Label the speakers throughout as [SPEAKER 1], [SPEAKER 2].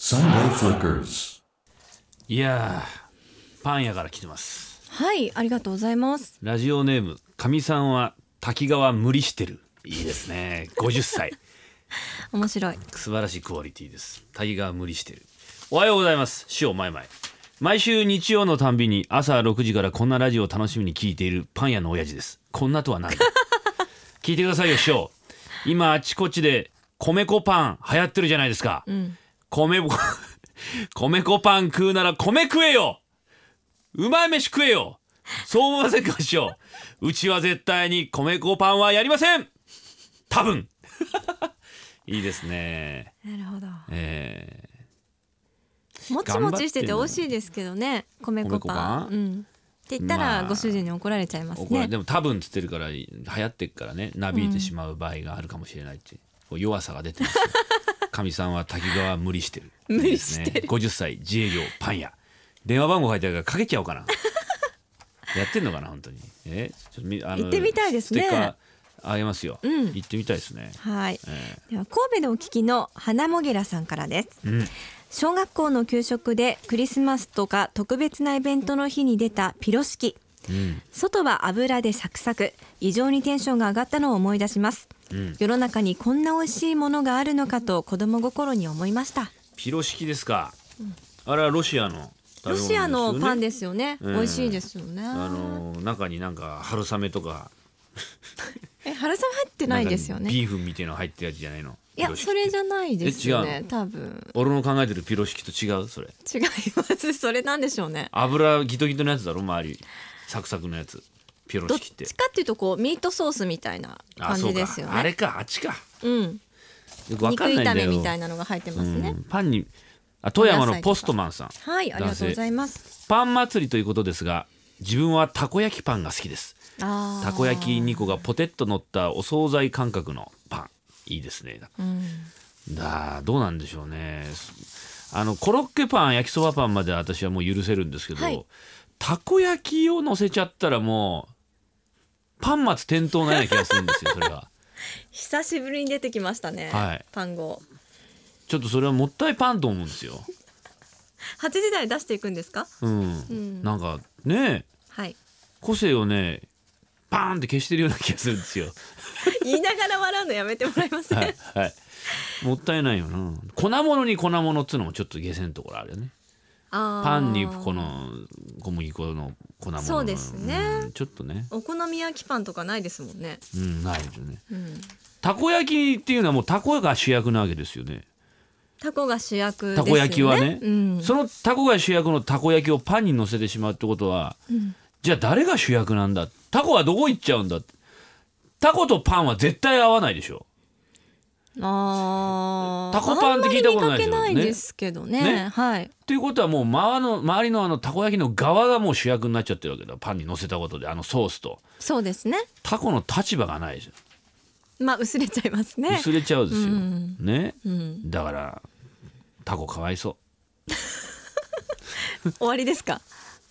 [SPEAKER 1] Sunday Flickers.
[SPEAKER 2] いやーパン屋から来てます
[SPEAKER 3] はい、ありがとうございます。
[SPEAKER 2] ラジオネームかみさんは滝川無理してるいいですね50歳
[SPEAKER 3] 面白い。
[SPEAKER 2] 素晴らしいクオリティです滝川無理してるおはようございます塩まいまい毎週日曜のたんびに朝6時からこんなラジオを楽しみに聞いているパン屋の親父ですこんなとは何だ 聞いてくださいよ塩今あちこちで米粉パン流行ってるじゃないですか、
[SPEAKER 3] うん。
[SPEAKER 2] 米 粉米粉パン食うなら米食えようまい飯食えよそう思いませんか師匠うちは絶対に米粉パンはやりません多分いいですね
[SPEAKER 3] なるほど。
[SPEAKER 2] え
[SPEAKER 3] もちもちしてて美味しいですけどね。米
[SPEAKER 2] 米
[SPEAKER 3] 粉パン。
[SPEAKER 2] 粉パン
[SPEAKER 3] うん。って言ったら、
[SPEAKER 2] まあ
[SPEAKER 3] ご主人に怒られちゃいま
[SPEAKER 2] ー
[SPEAKER 3] す
[SPEAKER 2] 怒られ
[SPEAKER 3] ね。
[SPEAKER 2] でも多分っつってるから流行ってっからねなびいてしまう場合があるかもしれないって、こう弱さが出てますかみさんは滝川無理してる
[SPEAKER 3] 無理してる
[SPEAKER 2] いいですね、50歳自営業パン屋電話番号書いてあるからかけちゃおうかなやってんのかな本当にえちょっとみあの
[SPEAKER 3] 行ってみたいですね
[SPEAKER 2] ステッカーあげますよ、
[SPEAKER 3] うん
[SPEAKER 2] 行ってみたいですね、
[SPEAKER 3] はい。
[SPEAKER 2] え
[SPEAKER 3] では、神戸でお聞きの花もげらさんからです。
[SPEAKER 2] ーうん
[SPEAKER 3] 小学校の給食でクリスマスとか特別なイベントの日に出たピロシキ。
[SPEAKER 2] うん
[SPEAKER 3] 外は油でサクサク異常にテンションが上がったのを思い出します、
[SPEAKER 2] うん
[SPEAKER 3] 世の中にこんな美味しいものがあるのかと子供心に思いました
[SPEAKER 2] ピロシキですか、あれはロシアの食べ物
[SPEAKER 3] ロ
[SPEAKER 2] ですよね
[SPEAKER 3] シアのパンですよね、
[SPEAKER 2] うん
[SPEAKER 3] 美味しいですよね
[SPEAKER 2] あの中になんか春雨とか
[SPEAKER 3] え春雨入ってないですよ
[SPEAKER 2] 中
[SPEAKER 3] ね
[SPEAKER 2] に
[SPEAKER 3] い
[SPEAKER 2] ビーフンみたいなの入ってるやつじゃないのピ
[SPEAKER 3] や
[SPEAKER 2] ロシキ
[SPEAKER 3] それじゃないですよ
[SPEAKER 2] え違う
[SPEAKER 3] ね多分
[SPEAKER 2] 俺の考えてるピロシキと違うそれ
[SPEAKER 3] 違います それなんでしょうね
[SPEAKER 2] 油ギトギトのやつだろ周りサクサクのやつピロ
[SPEAKER 3] どっ
[SPEAKER 2] シキ
[SPEAKER 3] ち
[SPEAKER 2] って
[SPEAKER 3] かっていうとこうミートソースみたいな
[SPEAKER 2] あ
[SPEAKER 3] 感
[SPEAKER 2] そ
[SPEAKER 3] じ
[SPEAKER 2] うか
[SPEAKER 3] ですよ
[SPEAKER 2] あれ
[SPEAKER 3] ね
[SPEAKER 2] かあっちか
[SPEAKER 3] うん
[SPEAKER 2] よくわ
[SPEAKER 3] 肉
[SPEAKER 2] かんないん
[SPEAKER 3] 炒
[SPEAKER 2] だ
[SPEAKER 3] め
[SPEAKER 2] よ
[SPEAKER 3] みたいなのが入ってますね、
[SPEAKER 2] うんパンにあ富山のポストマンさん
[SPEAKER 3] はいありがとうございます
[SPEAKER 2] パン祭りということですが自分はたこ焼きパンが好きです
[SPEAKER 3] あー
[SPEAKER 2] たこ焼き2個がポテッと乗ったお惣菜感覚のパンいいですね
[SPEAKER 3] うん
[SPEAKER 2] だどうなんでしょうねあのコロッケパン焼きそばパンまでは私はもう許せるんですけど、
[SPEAKER 3] はい
[SPEAKER 2] たこ焼きを乗せちゃったらもうパン末転倒なような気がするんですよそれ は
[SPEAKER 3] 久しぶりに出てきましたね、
[SPEAKER 2] はい
[SPEAKER 3] 単語
[SPEAKER 2] ちょっとそれはもったいパンと思うんですよ
[SPEAKER 3] 8時台出していくんですか
[SPEAKER 2] うん、
[SPEAKER 3] ん
[SPEAKER 2] なんかね
[SPEAKER 3] はい
[SPEAKER 2] 個性をねパーンって消してるような気がするんですよ
[SPEAKER 3] 言いながら笑うのやめてもらえません、
[SPEAKER 2] はい、はい、もったいないよな粉物に粉物っつうのもちょっと下せんところあるよね
[SPEAKER 3] あー
[SPEAKER 2] パンにこの小麦粉の粉物の
[SPEAKER 3] そうですね
[SPEAKER 2] うんちょっとね
[SPEAKER 3] お好み焼きパンとかないですもんね、
[SPEAKER 2] うん、ないですよね。
[SPEAKER 3] うん、
[SPEAKER 2] たこ焼きっていうのはもうたこが主役なわけですよね。
[SPEAKER 3] タコが主役です
[SPEAKER 2] た
[SPEAKER 3] よね
[SPEAKER 2] こ焼きはね、
[SPEAKER 3] うん、
[SPEAKER 2] そのたこが主役のたこ焼きをパンに乗せてしまうってことは、
[SPEAKER 3] ん
[SPEAKER 2] じゃあ誰が主役なんだ。たこはどこ行っちゃうんだ。たことパンは絶対合わないでしょ。
[SPEAKER 3] あー
[SPEAKER 2] タコパンって聞いたことないですよね
[SPEAKER 3] あんまり見かけないですけどね
[SPEAKER 2] ね
[SPEAKER 3] はい
[SPEAKER 2] っていうことはもう周りの周りのあのたこ焼きの側がもう主役になっちゃってるわけだ。パンに乗せたことであのソースと
[SPEAKER 3] そうですね
[SPEAKER 2] たこの立場がないですよ。
[SPEAKER 3] まあ薄れちゃいますね
[SPEAKER 2] 薄れちゃうですよ。
[SPEAKER 3] うん
[SPEAKER 2] ね。
[SPEAKER 3] うん、
[SPEAKER 2] だからたこかわいそう。
[SPEAKER 3] 終わりですか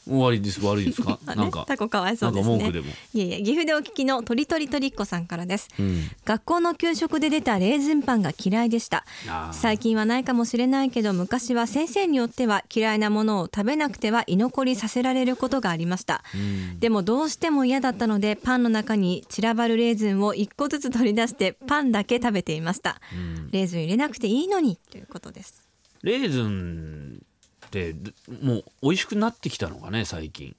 [SPEAKER 2] 終わりです悪いです
[SPEAKER 3] 。
[SPEAKER 2] か
[SPEAKER 3] あね
[SPEAKER 2] なんか
[SPEAKER 3] タコかわい
[SPEAKER 2] な
[SPEAKER 3] そうんで
[SPEAKER 2] か
[SPEAKER 3] すね
[SPEAKER 2] 文句でも。
[SPEAKER 3] いえいえ岐阜でお聞きのとりとりとりっこさんからです
[SPEAKER 2] うん。
[SPEAKER 3] 学校の給食で出たレーズンパンが嫌いでした
[SPEAKER 2] あー
[SPEAKER 3] 最近はないかもしれないけど昔は先生によっては嫌いなものを食べなくては居残りさせられることがありました
[SPEAKER 2] うん
[SPEAKER 3] でもどうしても嫌だったのでパンの中に散らばるレーズンを一個ずつ取り出してパンだけ食べていました
[SPEAKER 2] うん
[SPEAKER 3] レーズン入れなくていいのにということです
[SPEAKER 2] レーズンってもう美味しくなってきたのかね最近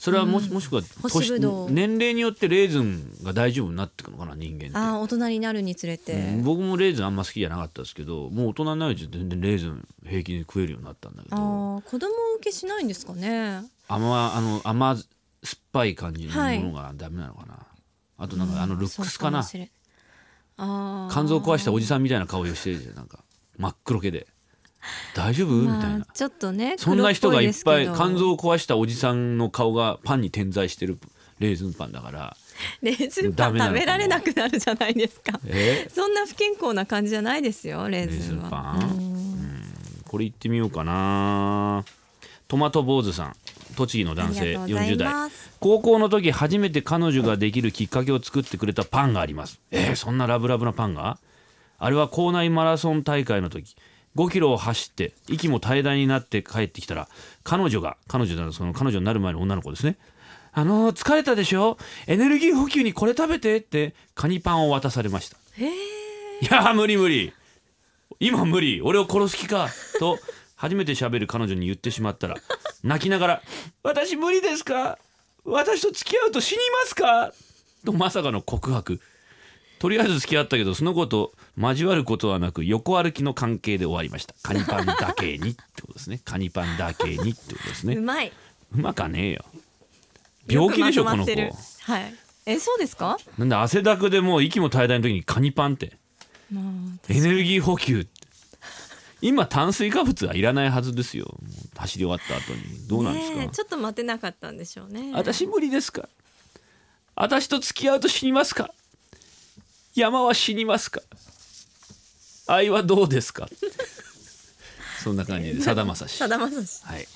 [SPEAKER 2] それはもし,、もしくは
[SPEAKER 3] 干しぶどう
[SPEAKER 2] 年齢によってレーズンが大丈夫になってくのかな人間っ
[SPEAKER 3] ああ大人になるにつれて、
[SPEAKER 2] て、僕もレーズンあんま好きじゃなかったですけどもう大人になるうち全然レーズン平気に食えるようになったんだけ
[SPEAKER 3] あ
[SPEAKER 2] ど
[SPEAKER 3] ー子供受けしないんですかね
[SPEAKER 2] 甘あの甘酸っぱい感じのものがダメなのかな、あとなんかあのルックスかな、
[SPEAKER 3] そうもしれあー
[SPEAKER 2] 肝臓壊したおじさんみたいな顔をしてるじゃんなんか真っ黒けで大丈夫みたいな
[SPEAKER 3] まあ、ちょっとね
[SPEAKER 2] そんな人がいっぱい
[SPEAKER 3] 黒ぽですけど
[SPEAKER 2] 肝臓を壊したおじさんの顔がパンに点在してるレーズンパンだから
[SPEAKER 3] レーズンパン食べられなくなるじゃないですか。
[SPEAKER 2] え
[SPEAKER 3] そんな不健康な感じじゃないですよ、
[SPEAKER 2] レ
[SPEAKER 3] レ
[SPEAKER 2] ー
[SPEAKER 3] ーズ
[SPEAKER 2] ズ
[SPEAKER 3] ン
[SPEAKER 2] ンパ
[SPEAKER 3] は。
[SPEAKER 2] ンうんこれいってみようかなトマト坊主さん栃木の男性
[SPEAKER 3] ありがとう
[SPEAKER 2] 40
[SPEAKER 3] ござい
[SPEAKER 2] 代
[SPEAKER 3] ます
[SPEAKER 2] 高校の時初めて彼女ができるきっかけを作ってくれたパンがありますえー、そんなラブラブなパンがあれは校内マラソン大会の時5キロを走って息も怠惰になって帰ってきたら彼女が彼女なのその彼女になる前の女の子ですねあのー疲れたでしょエネルギー補給にこれ食べてってカニパンを渡されました
[SPEAKER 3] へえ
[SPEAKER 2] いやー無理無理今無理俺を殺す気かと初めて喋る彼女に言ってしまったら泣きながら「私無理ですか私と付き合うと死にますか?」とまさかの告白とりあえず付き合ったけどその子と交わることはなく横歩きの関係で終わりましたカニパンだけにってことですねカニパンだけにってことですね
[SPEAKER 3] うまいう
[SPEAKER 2] まかねえよ病気でしょ
[SPEAKER 3] よ
[SPEAKER 2] こ
[SPEAKER 3] くま
[SPEAKER 2] の子
[SPEAKER 3] とまってるはいえそうですか
[SPEAKER 2] なんで汗だくでもう息も怠惰の時にカニパンって
[SPEAKER 3] もう
[SPEAKER 2] エネルギー補給って今炭水化物はいらないはずですよもう走り終わった後にどうなんですか、
[SPEAKER 3] ねえちょっと待てなかったんでしょうね
[SPEAKER 2] 私無理ですか私と付き合うと死にますか山は死にますか愛はどうです かそんな感じでさだまさし
[SPEAKER 3] さ
[SPEAKER 2] はい
[SPEAKER 3] だまさし
[SPEAKER 2] へ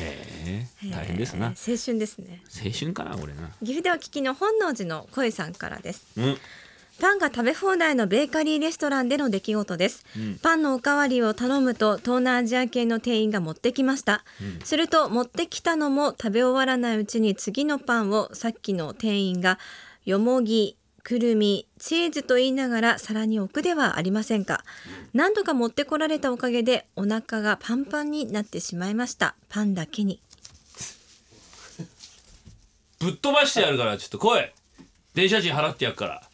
[SPEAKER 2] え大変ですな
[SPEAKER 3] えー青春ですね
[SPEAKER 2] 青春かなこれな
[SPEAKER 3] 岐阜では聞きの本能寺の声さんからです
[SPEAKER 2] うん
[SPEAKER 3] パンが食べ放題のベーカリーレストランでの出来事です、パンのおかわりを頼むと東南アジア系の店員が持ってきました、すると持ってきたのも食べ終わらないうちに次のパンをさっきの店員がよもぎくるみチーズと言いながら皿に置くではありませんか何度か持ってこられたおかげでお腹がパンパンになってしまいましたパンだけに
[SPEAKER 2] ぶっ飛ばしてやるからちょっと来い電車賃払ってやっから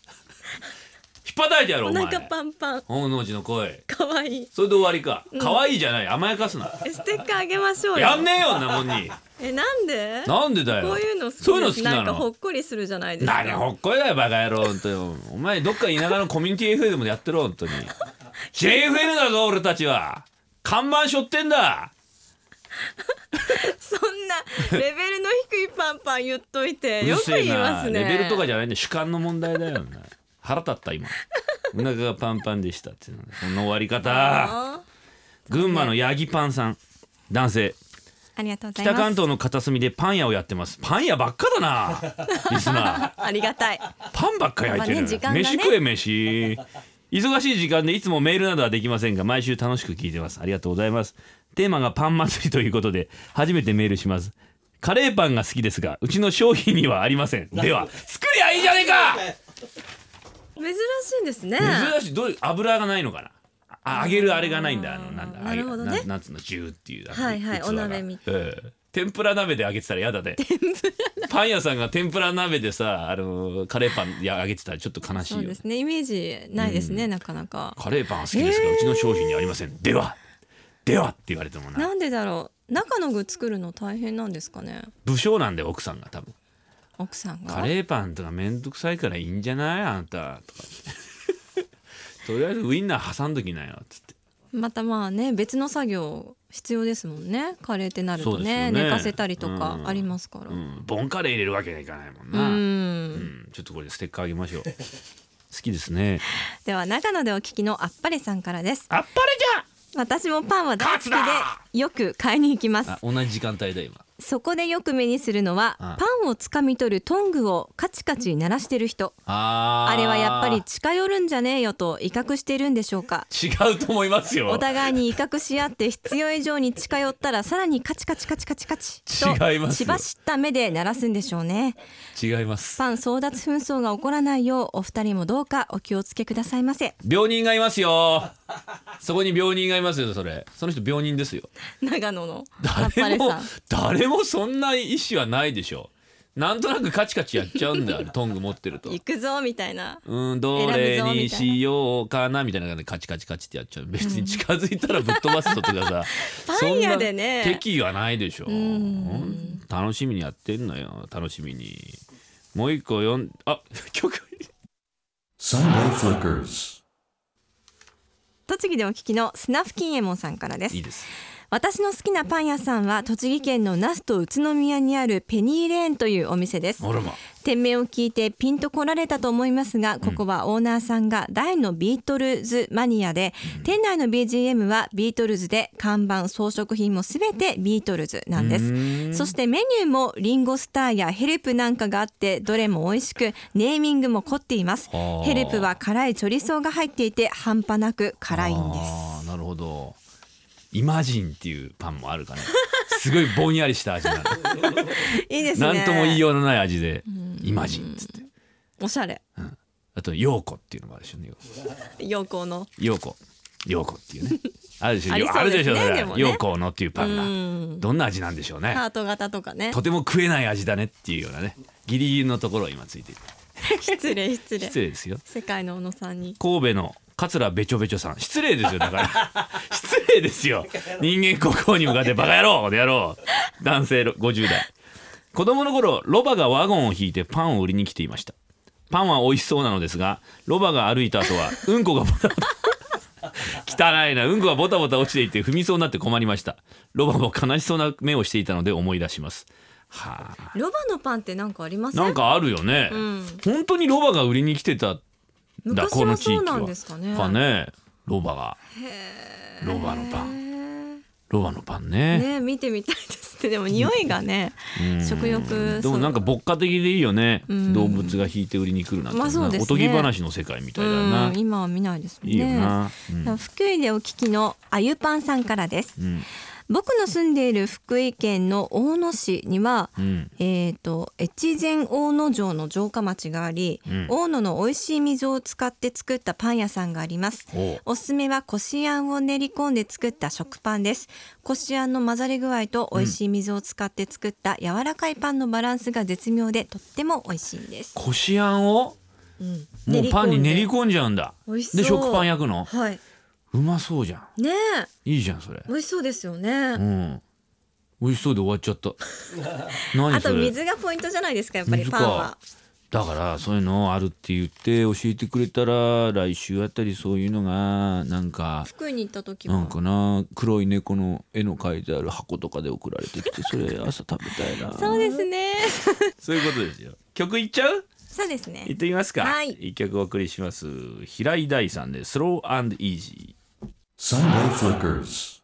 [SPEAKER 2] 引っ叩いてやろ
[SPEAKER 3] お
[SPEAKER 2] うお前
[SPEAKER 3] 腹パンパン
[SPEAKER 2] 本能寺の声
[SPEAKER 3] かわいい
[SPEAKER 2] それで終わりか可愛いじゃない甘やかすな
[SPEAKER 3] えステッカーあげましょうよ
[SPEAKER 2] やんねえよんなもん に
[SPEAKER 3] えなんで
[SPEAKER 2] なんでだよ
[SPEAKER 3] こういうの好きです
[SPEAKER 2] そういうの好き
[SPEAKER 3] な
[SPEAKER 2] なん
[SPEAKER 3] かほっ
[SPEAKER 2] の
[SPEAKER 3] こりするじゃないですか
[SPEAKER 2] 何ほっこりだよバカ野郎本当にお前どっか田舎のコミュニティ FM でやってろ本 当に JFN だぞ俺たちは看板背負ってんだ
[SPEAKER 3] そんなレベルの低いパンパン言っといて
[SPEAKER 2] う
[SPEAKER 3] よ
[SPEAKER 2] る
[SPEAKER 3] く
[SPEAKER 2] せ
[SPEAKER 3] 言
[SPEAKER 2] え
[SPEAKER 3] いま
[SPEAKER 2] な
[SPEAKER 3] すね
[SPEAKER 2] レベルとかじゃないんだよ主観の問題だよな腹立った今お腹がパンパンでしたっていうのそんな終わり方
[SPEAKER 3] あ
[SPEAKER 2] 群馬のヤギパンさん男性
[SPEAKER 3] ありがとうござい
[SPEAKER 2] 北
[SPEAKER 3] ます
[SPEAKER 2] 関東の片隅でパン屋をやってますパン屋ばっかだなリスナー
[SPEAKER 3] ありがたい
[SPEAKER 2] パンばっか焼いてる、
[SPEAKER 3] やっぱね時間がね
[SPEAKER 2] 飯食え飯忙しい時間でいつもメールなどはできませんが毎週楽しく聞いてますありがとうございますテーマがパン祭りということで初めてメールしますカレーパンが好きですがうちの商品にはありませんでは作りゃいいじゃねえか
[SPEAKER 3] 珍しいんですね
[SPEAKER 2] 珍しいどういう油がないのかなあ揚げるあれがないんだあのなんだ
[SPEAKER 3] なるほど
[SPEAKER 2] 揚
[SPEAKER 3] ね
[SPEAKER 2] げなんなんつうのジューっていう
[SPEAKER 3] はいはい
[SPEAKER 2] あの器
[SPEAKER 3] お
[SPEAKER 2] が
[SPEAKER 3] 鍋み
[SPEAKER 2] うん天ぷら鍋で揚げてたらやだねパン屋さんが天ぷら鍋でさあのカレーパンいや揚げてたらちょっと悲し
[SPEAKER 3] そう
[SPEAKER 2] いよね
[SPEAKER 3] ですねイメージないですね、なかなか
[SPEAKER 2] カレーパンは好きですが、うちの商品にありませんではではって言われてもな
[SPEAKER 3] なんでだろう中の具作るの大変なんですかね
[SPEAKER 2] 武将なんで奥さんが多分
[SPEAKER 3] 奥さんが
[SPEAKER 2] カレーパンとかめんどくさいからいいんじゃないあんたとかってとりあえずウインナー挟んどきなよっつって
[SPEAKER 3] またまあね別の作業必要ですもんねカレーってなる
[SPEAKER 2] そ
[SPEAKER 3] と
[SPEAKER 2] うですよ
[SPEAKER 3] ね
[SPEAKER 2] ね
[SPEAKER 3] 寝かせたりとかありますから、
[SPEAKER 2] うんボンカレー入れるわけにはいかないもん
[SPEAKER 3] う
[SPEAKER 2] なうん
[SPEAKER 3] ん
[SPEAKER 2] ちょっとこれステッカーあげましょう 好きですね
[SPEAKER 3] では長野でお聞きのあっぱれさんからです
[SPEAKER 2] あっぱれ
[SPEAKER 3] 私もパンは大好きで
[SPEAKER 2] カツだ
[SPEAKER 3] よく買いに行きます
[SPEAKER 2] じゃんあ同じ時間帯だ今
[SPEAKER 3] そこでよく目にするのは
[SPEAKER 2] ああ
[SPEAKER 3] パンをつかみ取るトングをカチカチ鳴らしてる人
[SPEAKER 2] あー
[SPEAKER 3] あれはやっぱり近寄るんじゃねえよと威嚇してるんでしょうか
[SPEAKER 2] 違うと思いますよ
[SPEAKER 3] お互いに威嚇し合って必要以上に近寄ったらさらにカチカチカチカチカチと
[SPEAKER 2] 違います
[SPEAKER 3] 血
[SPEAKER 2] よ
[SPEAKER 3] 走った目で鳴らすんでしょうね
[SPEAKER 2] 違います
[SPEAKER 3] パン争奪紛争が起こらないようお二人もどうかお気をつけくださいませ
[SPEAKER 2] 病人がいますよそこに病人がいますよそれその人病人ですよ
[SPEAKER 3] 長野のあっぱ
[SPEAKER 2] 誰
[SPEAKER 3] れ
[SPEAKER 2] も
[SPEAKER 3] さん
[SPEAKER 2] 誰もそんな意思はないでしょなんとなくカチカチやっちゃうんだよトング持ってると
[SPEAKER 3] 行くぞみたいな
[SPEAKER 2] うんどれにしようかなみたいな感じでカチカチカチってやっちゃう別に近づいたらぶっ飛ばすぞとかさ
[SPEAKER 3] パン屋でね
[SPEAKER 2] そんな敵意はないでしょ
[SPEAKER 3] ん
[SPEAKER 2] 楽しみにやってんのよ楽しみにもう一個読んあ 曲
[SPEAKER 1] Sunday Flickers.
[SPEAKER 3] 栃木でお聞きのスナフキンエモンさんからです
[SPEAKER 2] いいです
[SPEAKER 3] 私の好きなパン屋さんは栃木県の那須と宇都宮にあるペニーレーンというお店です
[SPEAKER 2] あらま
[SPEAKER 3] 店名を聞いてピンと来られたと思いますがここはオーナーさんが大のビートルズマニアで、店内の BGM はビートルズで看板装飾品もすべてビートルズなんですそしてメニューもリンゴスターやヘルプなんかがあってどれも美味しくネーミングも凝っています
[SPEAKER 2] はあ
[SPEAKER 3] ヘルプは辛いチョリソーが入っていて半端なく辛いんです
[SPEAKER 2] あーなるほどイマジンっていうパンもあるかね すごいぼんやりした味 なの
[SPEAKER 3] いいですね。
[SPEAKER 2] なんとも言いようのない味でイマジンっつって
[SPEAKER 3] おしゃれ。
[SPEAKER 2] あとヨーコっていうのもあるでしょね
[SPEAKER 3] 陽光の。
[SPEAKER 2] ヨーコヨーコっていう ねあるでしょ
[SPEAKER 3] あり
[SPEAKER 2] あ
[SPEAKER 3] そう
[SPEAKER 2] る
[SPEAKER 3] ですね
[SPEAKER 2] でしょそれ
[SPEAKER 3] でもね
[SPEAKER 2] ヨーコのっていうパ
[SPEAKER 3] う
[SPEAKER 2] ンが
[SPEAKER 3] ん
[SPEAKER 2] どんな味なんでしょうね
[SPEAKER 3] ハート型とかね。
[SPEAKER 2] とても食えない味だねっていうようなねギリギリのところを今ついている
[SPEAKER 3] 失礼失礼。
[SPEAKER 2] 失礼ですよ
[SPEAKER 3] 世界の小野さんに。
[SPEAKER 2] 神戸の桂べちょべちょさん失礼ですよだから 失礼ですよ人間国宝に向かってバカ野郎この野郎男性ろ50代子供の頃ロバがワゴンを引いてパンを売りに来ていましたパンは美味しそうなのですがロバが歩いた後はうんこがボタボタ 汚いなうんこがボタボタ落ちていて踏みそうになって困りましたロバも悲しそうな目をしていたので思い出しますはあ
[SPEAKER 3] ロバのパンってなんかありません。
[SPEAKER 2] なんかあるよね、
[SPEAKER 3] ん
[SPEAKER 2] 本当にロバが売りに来てたんだ
[SPEAKER 3] 昔
[SPEAKER 2] この
[SPEAKER 3] は
[SPEAKER 2] 地域
[SPEAKER 3] そう
[SPEAKER 2] は
[SPEAKER 3] なんですかね。
[SPEAKER 2] かねロバがロバのパ
[SPEAKER 3] へ
[SPEAKER 2] ン
[SPEAKER 3] ー。
[SPEAKER 2] ロバのパンね
[SPEAKER 3] ね見てみたいですね。でも匂いがね
[SPEAKER 2] うん
[SPEAKER 3] 食欲。
[SPEAKER 2] でもなんか
[SPEAKER 3] そう
[SPEAKER 2] 牧歌的でいいよね、
[SPEAKER 3] うん
[SPEAKER 2] 動物が引いて売りに来るなんて、
[SPEAKER 3] まあそうですね
[SPEAKER 2] おとぎ話の世界みたいだな、
[SPEAKER 3] うん
[SPEAKER 2] い
[SPEAKER 3] 今は見ないですもんね。
[SPEAKER 2] いよな、うん
[SPEAKER 3] 福井でお聞きのあゆパンさんからです。
[SPEAKER 2] うん
[SPEAKER 3] 僕の住んでいる福井県の大野市には、
[SPEAKER 2] うん
[SPEAKER 3] えー、と越前大野城の城下町があり、
[SPEAKER 2] うん
[SPEAKER 3] 大野の美味しい水を使って作ったパン屋さんがあります
[SPEAKER 2] おう
[SPEAKER 3] おすすめはこしあんを練り込んで作った食パンですこしあんの混ざり具合と美味しい水を使って作った柔らかいパンのバランスが絶妙でとっても美味しいんです、
[SPEAKER 2] こしあんを
[SPEAKER 3] うん
[SPEAKER 2] もうパンに練り
[SPEAKER 3] んで
[SPEAKER 2] 込んじゃうんだ
[SPEAKER 3] 美味しそう
[SPEAKER 2] で食パン焼くの
[SPEAKER 3] はいう
[SPEAKER 2] まそうじゃん
[SPEAKER 3] ねえ
[SPEAKER 2] いいじゃんそれ
[SPEAKER 3] 美味しそうですよね、
[SPEAKER 2] うん美味しそうで終わっちゃった 何
[SPEAKER 3] あ
[SPEAKER 2] そ
[SPEAKER 3] と
[SPEAKER 2] れ
[SPEAKER 3] 水がポイントじゃないですかやっぱり
[SPEAKER 2] 水
[SPEAKER 3] パ
[SPEAKER 2] か
[SPEAKER 3] ンは
[SPEAKER 2] だからそういうのあるって言って教えてくれたら来週あたりそういうのがなんか
[SPEAKER 3] 福井に行った時
[SPEAKER 2] なん
[SPEAKER 3] も
[SPEAKER 2] かな黒い猫の絵の描いてある箱とかで送られてきてそ れ朝食べたいな
[SPEAKER 3] そうですね
[SPEAKER 2] そういうことですよ曲いっちゃう
[SPEAKER 3] そうですね
[SPEAKER 2] いってみますか
[SPEAKER 3] はい
[SPEAKER 2] 一曲お送りします平井大さんで「スローイージー
[SPEAKER 1] Sunday Flickers.